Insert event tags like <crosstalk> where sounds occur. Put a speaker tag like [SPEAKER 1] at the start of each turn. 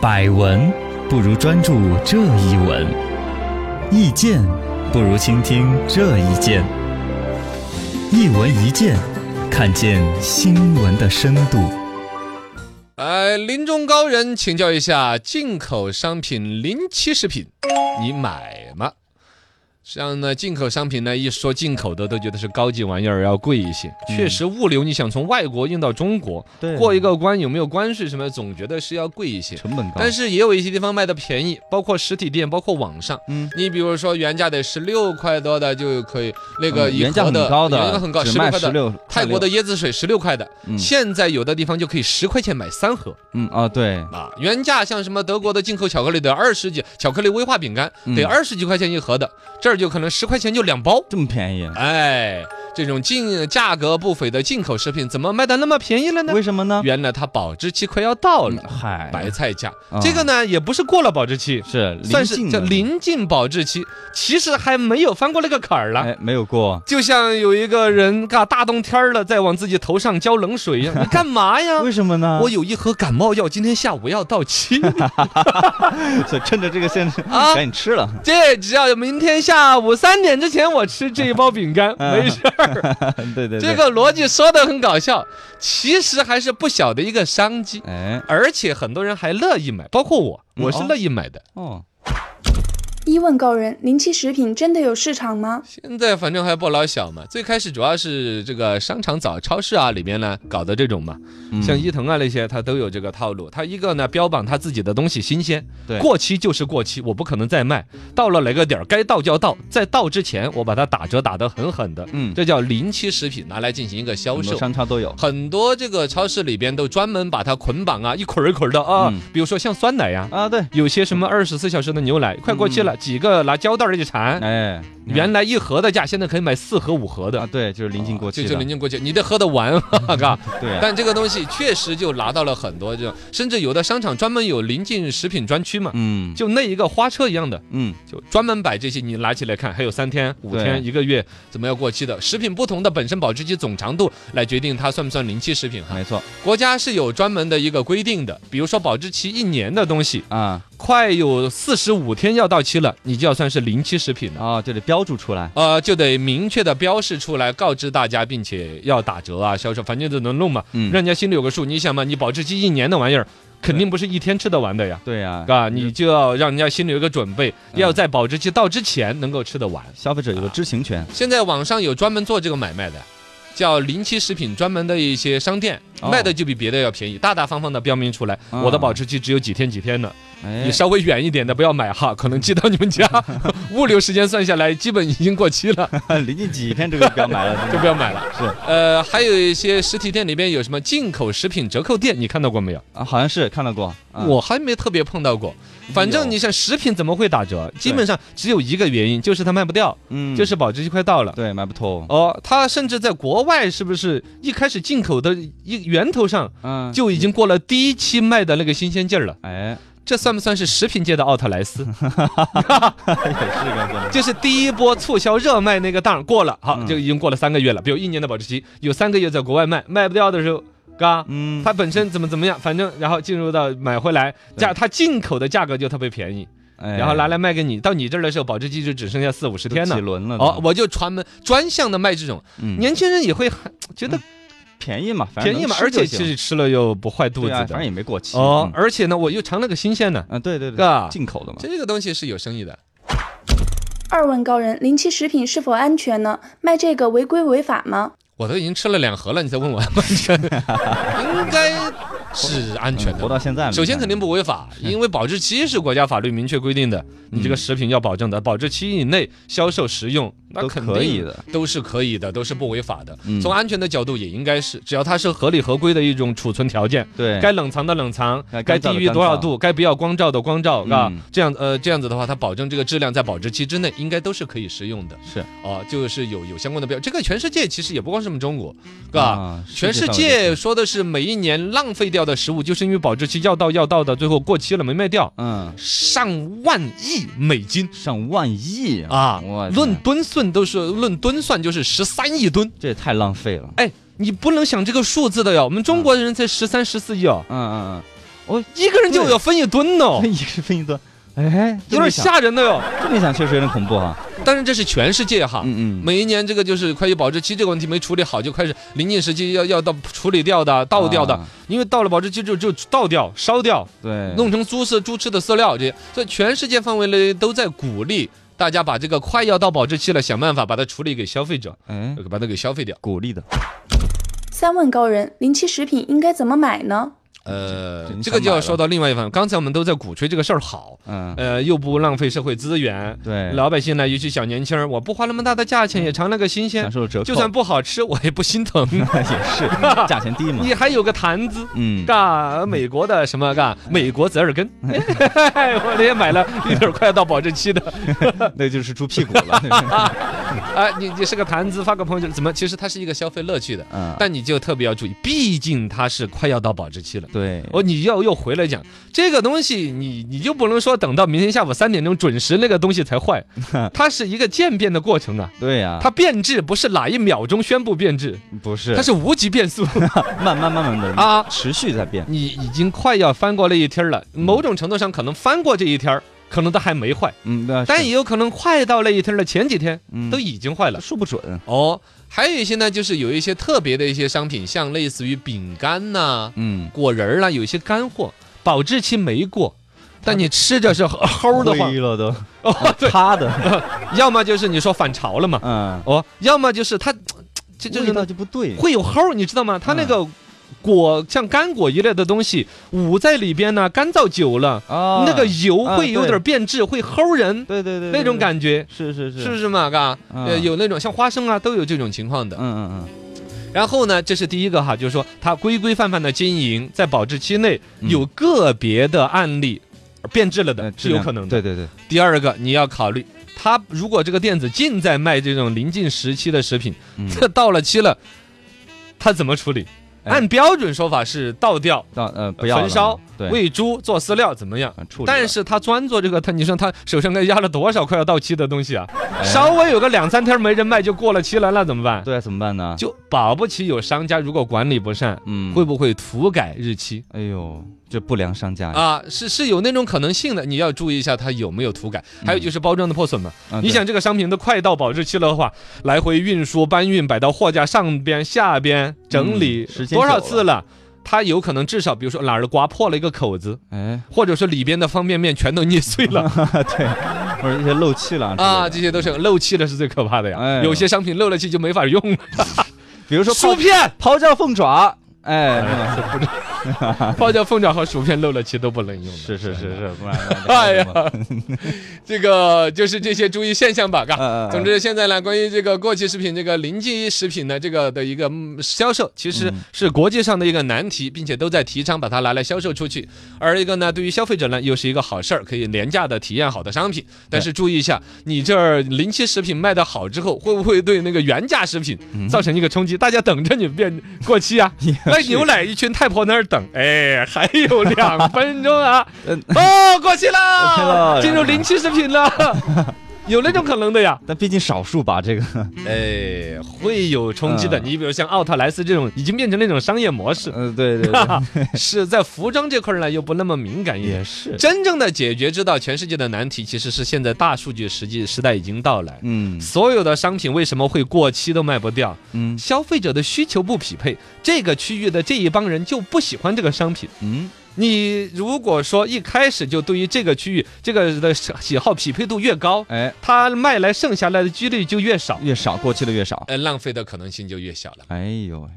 [SPEAKER 1] 百闻不如专注这一闻，意见不如倾听这一见。一闻一见，看见新闻的深度。
[SPEAKER 2] 呃，临终高人请教一下，进口商品临期食品，你买吗？实际上呢，进口商品呢，一说进口的都觉得是高级玩意儿，要贵一些。
[SPEAKER 1] 嗯
[SPEAKER 2] 确实，物流你想从外国运到中国，
[SPEAKER 1] 对
[SPEAKER 2] 过一个关有没有关税什么，总觉得是要贵一些。
[SPEAKER 1] 成本高，
[SPEAKER 2] 但是也有一些地方卖的便宜，包括实体店，包括网上。
[SPEAKER 1] 嗯，
[SPEAKER 2] 你比如说原价得十六块多的就可以，那个
[SPEAKER 1] 嗯
[SPEAKER 2] 一
[SPEAKER 1] 原价
[SPEAKER 2] 盒
[SPEAKER 1] 很高
[SPEAKER 2] 的，原价
[SPEAKER 1] 的，
[SPEAKER 2] 很高，
[SPEAKER 1] 只
[SPEAKER 2] 十六
[SPEAKER 1] 卖
[SPEAKER 2] 块
[SPEAKER 1] 十
[SPEAKER 2] 的。
[SPEAKER 1] 六，
[SPEAKER 2] 泰国的椰子水十六块的，
[SPEAKER 1] 嗯
[SPEAKER 2] 现在有的地方就可以十块钱买三盒
[SPEAKER 1] 嗯啊，对，
[SPEAKER 2] 啊，原价像什么德国的进口巧克力得二十几，巧克力威化饼干得
[SPEAKER 1] 嗯
[SPEAKER 2] 二十几块钱一盒的，这儿就可能十块钱就两包，
[SPEAKER 1] 这么便宜，
[SPEAKER 2] 哎，这种进价格不菲的进口食品怎么卖的那么便宜了呢？
[SPEAKER 1] 为什么呢？
[SPEAKER 2] 原来它保质期快要到了，
[SPEAKER 1] 嗨，
[SPEAKER 2] 白菜价
[SPEAKER 1] 嗯啊，
[SPEAKER 2] 这个呢也不是过了保质期，
[SPEAKER 1] 是
[SPEAKER 2] 算
[SPEAKER 1] 临
[SPEAKER 2] 是
[SPEAKER 1] 近
[SPEAKER 2] 叫
[SPEAKER 1] 的
[SPEAKER 2] 临近保质期，其实还没有翻过那个坎儿了。
[SPEAKER 1] 哎，没有过，
[SPEAKER 2] 就像有一个人嘎大冬天儿了，在往自己头上浇冷水
[SPEAKER 1] <laughs>
[SPEAKER 2] 一样，你干嘛呀？
[SPEAKER 1] 为什么呢？
[SPEAKER 2] 我有一盒感冒药，今天下午要到
[SPEAKER 1] <laughs>
[SPEAKER 2] 期
[SPEAKER 1] 所以 <laughs> 趁着这个现在 <laughs>
[SPEAKER 2] 啊
[SPEAKER 1] 赶紧吃了，
[SPEAKER 2] 这只要明天下午三点之前我吃这一包饼
[SPEAKER 1] <laughs>
[SPEAKER 2] 干，没事儿。
[SPEAKER 1] 嗯对对对，
[SPEAKER 2] 这个逻辑说的很搞笑，其实还是不小的一个商机，
[SPEAKER 1] 哎
[SPEAKER 2] 而且很多人还乐意买，包括我，我
[SPEAKER 1] 嗯
[SPEAKER 2] 是
[SPEAKER 1] 哦
[SPEAKER 2] 乐意买的。
[SPEAKER 1] 哦，
[SPEAKER 3] 一问高人，临期食品真的有市场吗？
[SPEAKER 2] 现在反正还不老小嘛，最开始主要是这个商场早超市啊里面呢搞的这种嘛，
[SPEAKER 1] 嗯
[SPEAKER 2] 像伊藤啊那些，它都有这个套路。它一个呢标榜它自己的东西新鲜，
[SPEAKER 1] 对
[SPEAKER 2] 过期就是过期，我不可能再卖。到了哪个点儿该到就要到，在到之前我把它打折打得狠狠的，
[SPEAKER 1] 嗯
[SPEAKER 2] 这叫临期食品，拿来进行一个销
[SPEAKER 1] 很
[SPEAKER 2] 售
[SPEAKER 1] 多。商超都有，
[SPEAKER 2] 很多这个超市里边都专门把它捆绑啊，一捆儿一捆儿的啊
[SPEAKER 1] 嗯，
[SPEAKER 2] 比如说像酸奶呀、
[SPEAKER 1] 啊，对，
[SPEAKER 2] 有些什么二十四小时的牛奶快过期
[SPEAKER 1] 嗯
[SPEAKER 2] 了，几个拿胶带儿一缠，
[SPEAKER 1] 哎，你看
[SPEAKER 2] 原来一盒的价，现在可以买四盒五盒的哦
[SPEAKER 1] 啊，，对，就是临近过期
[SPEAKER 2] 就
[SPEAKER 1] 的，
[SPEAKER 2] 就临近过期，你得喝
[SPEAKER 1] <laughs>
[SPEAKER 2] 得完，哈嘎。
[SPEAKER 1] 对啊，
[SPEAKER 2] 但这个东西确实就拿到了很多这种，甚至有的商场专门有临近食品专区嘛，
[SPEAKER 1] 嗯
[SPEAKER 2] 就那一个花车一样的，
[SPEAKER 1] 嗯，
[SPEAKER 2] 就专门摆这些，你拿起来看，还有三天、五
[SPEAKER 1] 对
[SPEAKER 2] 天、一个月怎么要过期的食品，不同的本身保质期总长度来决定它算不算临期食品哈。
[SPEAKER 1] 没错
[SPEAKER 2] 国家是有专门的一个规定的，比如说保质期一年的东西，
[SPEAKER 1] 啊，
[SPEAKER 2] 快有四十五天要到期了，你就要算是临期食品了。
[SPEAKER 1] 哦，就得标注出来，
[SPEAKER 2] 呃，就得明确的标示出来，告知大家，并且要打折啊，销售，反正就能弄嘛，
[SPEAKER 1] 嗯
[SPEAKER 2] 让人家心里有个数。你想嘛，你保质期一年的玩意儿，肯定不是一天吃得完的呀，
[SPEAKER 1] 对呀，
[SPEAKER 2] 啊，你就要让人家心里有个准备，
[SPEAKER 1] 嗯
[SPEAKER 2] 要在保质期到之前能够吃得完。
[SPEAKER 1] 消费者有个知情权，
[SPEAKER 2] 现在网上有专门做这个买卖的。叫临期食品专门的一些商店、
[SPEAKER 1] 哦
[SPEAKER 2] 卖的就比别的要便宜，大大方方的标明出来，
[SPEAKER 1] 啊
[SPEAKER 2] 我的保质期只有几天几天呢，
[SPEAKER 1] 哎
[SPEAKER 2] 你，稍微远一点的不要买哈，可能寄到你们 <laughs> 家，物流时间算下来基本已经过期了。
[SPEAKER 1] 哎 <laughs> 临近几天这个就不要买
[SPEAKER 2] <laughs>
[SPEAKER 1] 了，
[SPEAKER 2] 就不要买了。
[SPEAKER 1] 是
[SPEAKER 2] 呃，还有一些实体店里边有什么进口食品折扣店，你看到过没有？
[SPEAKER 1] 啊，好像是看到过，啊
[SPEAKER 2] 我还没特别碰到过。反正你想，食品怎么会打折？基本上只有一个原因，就是它卖不掉，
[SPEAKER 1] 嗯，
[SPEAKER 2] 就是保质期快到了。
[SPEAKER 1] 对买不透，
[SPEAKER 2] 哦，它甚至在国外是不是一开始进口的一源头上
[SPEAKER 1] 嗯，
[SPEAKER 2] 就已经过了第一期卖的那个新鲜劲儿了？
[SPEAKER 1] 哎， <laughs>
[SPEAKER 2] 这算不算是食品界的奥特莱斯？
[SPEAKER 1] 也是跟过
[SPEAKER 2] 就是第一波促销热卖那个档儿过了，好，
[SPEAKER 1] 嗯
[SPEAKER 2] 就已经过了三个月了，比如一年的保质期，有三个月在国外卖，卖不掉的时候，嘎，
[SPEAKER 1] 嗯，
[SPEAKER 2] 它本身怎么怎么样，反正然后进入到买回来价，
[SPEAKER 1] 对
[SPEAKER 2] 它进口的价格就特别便宜，
[SPEAKER 1] 哎
[SPEAKER 2] 然后拿来卖给你，到你这儿的时候，保质期就只剩下四五十
[SPEAKER 1] 都
[SPEAKER 2] 天
[SPEAKER 1] 几
[SPEAKER 2] 了。
[SPEAKER 1] 轮了，
[SPEAKER 2] 哦，，我就专门专项的卖这种，
[SPEAKER 1] 嗯，
[SPEAKER 2] 年轻人也会很觉得
[SPEAKER 1] 便宜嘛，反正
[SPEAKER 2] 便宜嘛，
[SPEAKER 1] 能
[SPEAKER 2] 而
[SPEAKER 1] 吃就
[SPEAKER 2] 且
[SPEAKER 1] 行
[SPEAKER 2] 其实吃了又不坏肚子
[SPEAKER 1] 对啊，反正
[SPEAKER 2] 的。
[SPEAKER 1] 也没过期，
[SPEAKER 2] 哦
[SPEAKER 1] 嗯，
[SPEAKER 2] 而且呢，我又尝了个新鲜的，
[SPEAKER 1] 啊，对对对，
[SPEAKER 2] 哥，
[SPEAKER 1] 进口的嘛，
[SPEAKER 2] 这个东西是有生意的。
[SPEAKER 3] 二问高人，临期食品是否安全呢？卖这个违规违法吗？
[SPEAKER 2] 我都已经吃了两盒了，你再问我安不安全？应该是安全
[SPEAKER 1] 嗯
[SPEAKER 2] 的
[SPEAKER 1] 活。到现在了，
[SPEAKER 2] 首先
[SPEAKER 1] 你看
[SPEAKER 2] 肯定不违法，
[SPEAKER 1] 嗯
[SPEAKER 2] 因为保质期是国家法律明确规定的，你这个食品要保证的，保质期以内销售食用，那
[SPEAKER 1] 都
[SPEAKER 2] 肯
[SPEAKER 1] 可以
[SPEAKER 2] 定
[SPEAKER 1] 的，
[SPEAKER 2] 都是可以的，都是不违法的
[SPEAKER 1] 嗯。
[SPEAKER 2] 从安全的角度也应该是，只要它是合理合规的一种储存条件，
[SPEAKER 1] 对，
[SPEAKER 2] 该冷藏的冷藏
[SPEAKER 1] 该，
[SPEAKER 2] 该
[SPEAKER 1] 干燥
[SPEAKER 2] 低
[SPEAKER 1] 的
[SPEAKER 2] 于
[SPEAKER 1] 干
[SPEAKER 2] 多少
[SPEAKER 1] 燥
[SPEAKER 2] 度，该不要光照的光照，啊
[SPEAKER 1] 嗯，
[SPEAKER 2] 这样呃这样子的话，它保证这个质量在保质期之内应该都是可以食用的。
[SPEAKER 1] 是
[SPEAKER 2] 哦，就是有有相关的标，这个全世界其实也不光是我们中国，啊。
[SPEAKER 1] 啊，
[SPEAKER 2] 全世
[SPEAKER 1] 上有这
[SPEAKER 2] 界
[SPEAKER 1] 个，
[SPEAKER 2] 说的是每一年浪费掉的食物，就是因为保质期要到要到的，最后过期了没卖掉，
[SPEAKER 1] 嗯，
[SPEAKER 2] 上万亿美金
[SPEAKER 1] 上万亿啊，
[SPEAKER 2] 啊
[SPEAKER 1] 我！
[SPEAKER 2] 论
[SPEAKER 1] 天
[SPEAKER 2] 吨算都是论吨算就是十三亿吨，
[SPEAKER 1] 这也太浪费了，
[SPEAKER 4] 啊
[SPEAKER 2] 哎，你不能想这个数字的哟。我们中国人才十三十四亿哦，
[SPEAKER 1] 嗯嗯
[SPEAKER 4] 我，
[SPEAKER 2] 一个人就有分一吨哦
[SPEAKER 4] 一个分一吨，哎，
[SPEAKER 2] 有点吓人的哟。
[SPEAKER 4] 这么一想确实有点恐怖哈。
[SPEAKER 2] 当然这是全世界哈，
[SPEAKER 4] 嗯嗯，
[SPEAKER 2] 每一年这个就是快有保质期这个问题没处理好，就开始临近时期要要到处理掉的、倒掉的
[SPEAKER 4] 啊，
[SPEAKER 2] 因为到了保质期就就倒掉、烧掉，
[SPEAKER 4] 对，
[SPEAKER 2] 弄成猪饲猪吃的饲料这些，所以全世界范围内都在鼓励大家把这个快要到保质期了，想办法把它处理给消费者，
[SPEAKER 4] 哎，
[SPEAKER 2] 把它给消费掉。
[SPEAKER 4] 鼓励的，
[SPEAKER 3] 三问高人，临期食品应该怎么买呢？
[SPEAKER 2] 呃
[SPEAKER 4] 这你，
[SPEAKER 2] 这
[SPEAKER 4] 想
[SPEAKER 2] 个
[SPEAKER 4] 嗯买
[SPEAKER 2] 就要
[SPEAKER 4] 了
[SPEAKER 2] 说到另外一方面，刚才我们都在鼓吹这个事儿好，
[SPEAKER 4] 嗯，哎
[SPEAKER 2] 呃，又不浪费社会资源，
[SPEAKER 4] 对，
[SPEAKER 2] 老百姓呢，尤其小年轻儿，我不花那么大的价
[SPEAKER 4] 嗯
[SPEAKER 2] 钱也尝了个新鲜
[SPEAKER 4] 享，受折扣，
[SPEAKER 2] 就算不好吃我也不心疼。
[SPEAKER 4] <laughs> 也
[SPEAKER 2] <laughs>
[SPEAKER 4] 是价钱低嘛，
[SPEAKER 2] 你还有个谈资，
[SPEAKER 4] 嗯，
[SPEAKER 2] 嘎，美国的什么嘎，美国折耳根， <laughs> 我那天买了一点儿快要到保质期的，
[SPEAKER 4] 那就是猪屁股
[SPEAKER 2] <laughs>
[SPEAKER 4] 了，
[SPEAKER 2] 啊，你你是个谈资，发个朋友圈，怎么？其实它是一个消费乐趣的，
[SPEAKER 4] 嗯，
[SPEAKER 2] 但你就特别要注意，毕竟它是快要到保质期了。
[SPEAKER 4] 对，
[SPEAKER 2] 哦，你要又回来讲这个东西你，你就不能说等到明天下午三点钟准时那个东西才坏，
[SPEAKER 4] <laughs>
[SPEAKER 2] 它是一个渐变的过程啊，
[SPEAKER 4] 对呀，
[SPEAKER 2] 它变质不是哪一秒钟宣布变质，
[SPEAKER 4] 不是，
[SPEAKER 2] 它是无极
[SPEAKER 4] <laughs>
[SPEAKER 2] 变速
[SPEAKER 4] 慢慢慢慢的
[SPEAKER 2] 啊，
[SPEAKER 4] 持续在变，
[SPEAKER 2] 你已经快要翻过那一天儿了，某种程度上可能翻过这一天儿，可能它还没坏，
[SPEAKER 4] 嗯，那是
[SPEAKER 2] 但也有可能快到那一天儿的前几天
[SPEAKER 4] 嗯
[SPEAKER 2] 都已经坏了。
[SPEAKER 4] 说不准，
[SPEAKER 2] 哦，还有一些呢，就是有一些特别的一些商品，像类似于饼干呐、
[SPEAKER 4] 嗯，
[SPEAKER 2] 果仁儿啦，有一些干货，保质期没过。但你吃着是齁的
[SPEAKER 4] 灰
[SPEAKER 2] 慌，
[SPEAKER 4] 了都，
[SPEAKER 2] 哦，对，
[SPEAKER 4] 塌
[SPEAKER 2] <laughs>
[SPEAKER 4] 的，
[SPEAKER 2] 要么就是你说反潮了嘛，
[SPEAKER 4] 嗯，
[SPEAKER 2] 哦，要么就是它，这这
[SPEAKER 4] 味
[SPEAKER 2] 是
[SPEAKER 4] 道就不对，
[SPEAKER 2] 会有齁儿，你知道吗？它那
[SPEAKER 4] 嗯
[SPEAKER 2] 个果像干果一类的东西捂在里边呢，干燥久了，
[SPEAKER 4] 啊
[SPEAKER 2] 那个油
[SPEAKER 4] 啊
[SPEAKER 2] 会有
[SPEAKER 4] 对
[SPEAKER 2] 点变质，会齁人
[SPEAKER 4] 对对对，
[SPEAKER 2] 那种感觉，
[SPEAKER 4] 是是是
[SPEAKER 2] 是不是嘛？嘎，呃，
[SPEAKER 4] 嗯
[SPEAKER 2] 有那种像花生啊，都有这种情况的。
[SPEAKER 4] 嗯嗯
[SPEAKER 2] 然后呢，这是第一个哈，就是说它规规范范的经营，在保质期内
[SPEAKER 4] 嗯
[SPEAKER 2] 有个别的案例变质了
[SPEAKER 4] 嗯，呃
[SPEAKER 2] 的，
[SPEAKER 4] 质
[SPEAKER 2] 是有
[SPEAKER 4] 量
[SPEAKER 2] 可能的。
[SPEAKER 4] 对对对，
[SPEAKER 2] 第二个，你要考虑。它如果这个店子尽在卖这种临近时期的食品， <laughs>
[SPEAKER 4] 嗯，
[SPEAKER 2] 这到了期了，它怎么处理？
[SPEAKER 4] 哎
[SPEAKER 2] 按标准说法是倒掉、
[SPEAKER 4] 到呃不要了
[SPEAKER 2] 焚烧
[SPEAKER 4] 对，
[SPEAKER 2] 喂猪、做饲料怎么样？
[SPEAKER 4] 嗯处理了，
[SPEAKER 2] 但是他专做这个，他你说他手上该压了多少快要到期的东西啊？
[SPEAKER 4] 哎
[SPEAKER 2] 稍微有个两三天没人卖就过了期了，那怎么办？
[SPEAKER 4] 对啊怎么办呢？
[SPEAKER 2] 就保不齐有商家如果管理不善，
[SPEAKER 4] 嗯，
[SPEAKER 2] 会不会涂改日期
[SPEAKER 4] 哎呦，这不良商家呀，
[SPEAKER 2] 啊？是是有那种可能性的，你要注意一下它有没有涂改。还有就是包装的破损嘛，
[SPEAKER 4] 嗯啊
[SPEAKER 2] 你，想这个商品都快到保质期了的话，来回运输、搬运，摆到货架上边、下边，整理、
[SPEAKER 4] 嗯时间久
[SPEAKER 2] 多
[SPEAKER 4] 了
[SPEAKER 2] 少次了？它有可能至少，比如说哪儿刮破了一个口子，
[SPEAKER 4] 对哎，
[SPEAKER 2] 或者说里边的方便面全都捏碎
[SPEAKER 4] <laughs>
[SPEAKER 2] 了
[SPEAKER 4] 或者一些漏气了
[SPEAKER 2] 啊，
[SPEAKER 4] 之
[SPEAKER 2] 这
[SPEAKER 4] 类的
[SPEAKER 2] 些都是漏气的，是最可怕的
[SPEAKER 4] 哎
[SPEAKER 2] 呀。
[SPEAKER 4] 呦
[SPEAKER 2] 有些商品漏了气就没法用了。
[SPEAKER 4] 比如说泡
[SPEAKER 2] 薯
[SPEAKER 4] <laughs>
[SPEAKER 2] 片、啊
[SPEAKER 4] 泡椒凤爪，哎，是吧
[SPEAKER 2] 泡椒凤爪和薯片漏了气都不能用的。
[SPEAKER 4] 是是是是，不然
[SPEAKER 2] 哎呀，这个就是这些注意现象吧，嘎。
[SPEAKER 4] <laughs> 呃
[SPEAKER 2] <laughs> 总之，现在呢，关于这个过期食品、这个临近食品的这个的一个嗯销售，其实是国际上的一个难题，并且都在提倡把它拿来销售出去。而一个呢，对于消费者呢，又是一个好事儿，可以廉价的体验好的商品。但是注意一下，你这儿临期食品卖的好之后，会不会对那个原价食品造成一个冲击？大家等着你变过期 <laughs> 啊！那牛奶一群太婆那儿等，哎，还有两分钟 <laughs> 啊
[SPEAKER 4] 嗯，
[SPEAKER 2] 哦，过期
[SPEAKER 4] OK
[SPEAKER 2] 了，
[SPEAKER 4] 了
[SPEAKER 2] 进入临期食品 <laughs> 了，有那种可能的呀。
[SPEAKER 4] 但毕竟少数吧，
[SPEAKER 2] <laughs>
[SPEAKER 4] 这个
[SPEAKER 2] 哎，会有冲击的。
[SPEAKER 4] 嗯
[SPEAKER 2] 你比如像奥特莱斯这种，已经变成那种商业模式，
[SPEAKER 4] 呃对对
[SPEAKER 2] 啊
[SPEAKER 4] 对，
[SPEAKER 2] <laughs> 是在服装这块儿呢又不那么敏感一点。
[SPEAKER 4] 是，
[SPEAKER 2] 真正的解决之道，全世界的难题其实是现在大数据实际时代已经到来。
[SPEAKER 4] 嗯
[SPEAKER 2] 所有的商品为什么会过期都卖不掉？
[SPEAKER 4] 嗯
[SPEAKER 2] 消费者的需求不匹配，这个区域的这一帮人就不喜欢这个商品。
[SPEAKER 4] 嗯，
[SPEAKER 2] 你如果说一开始就对于这个区域这个的喜好匹配度越高，
[SPEAKER 4] 哎，嗯
[SPEAKER 2] 它卖来剩下来的几率就越少，
[SPEAKER 4] 越少过期的越少，
[SPEAKER 2] 呃，浪费的可能性就越小了。
[SPEAKER 4] 哎呦喂，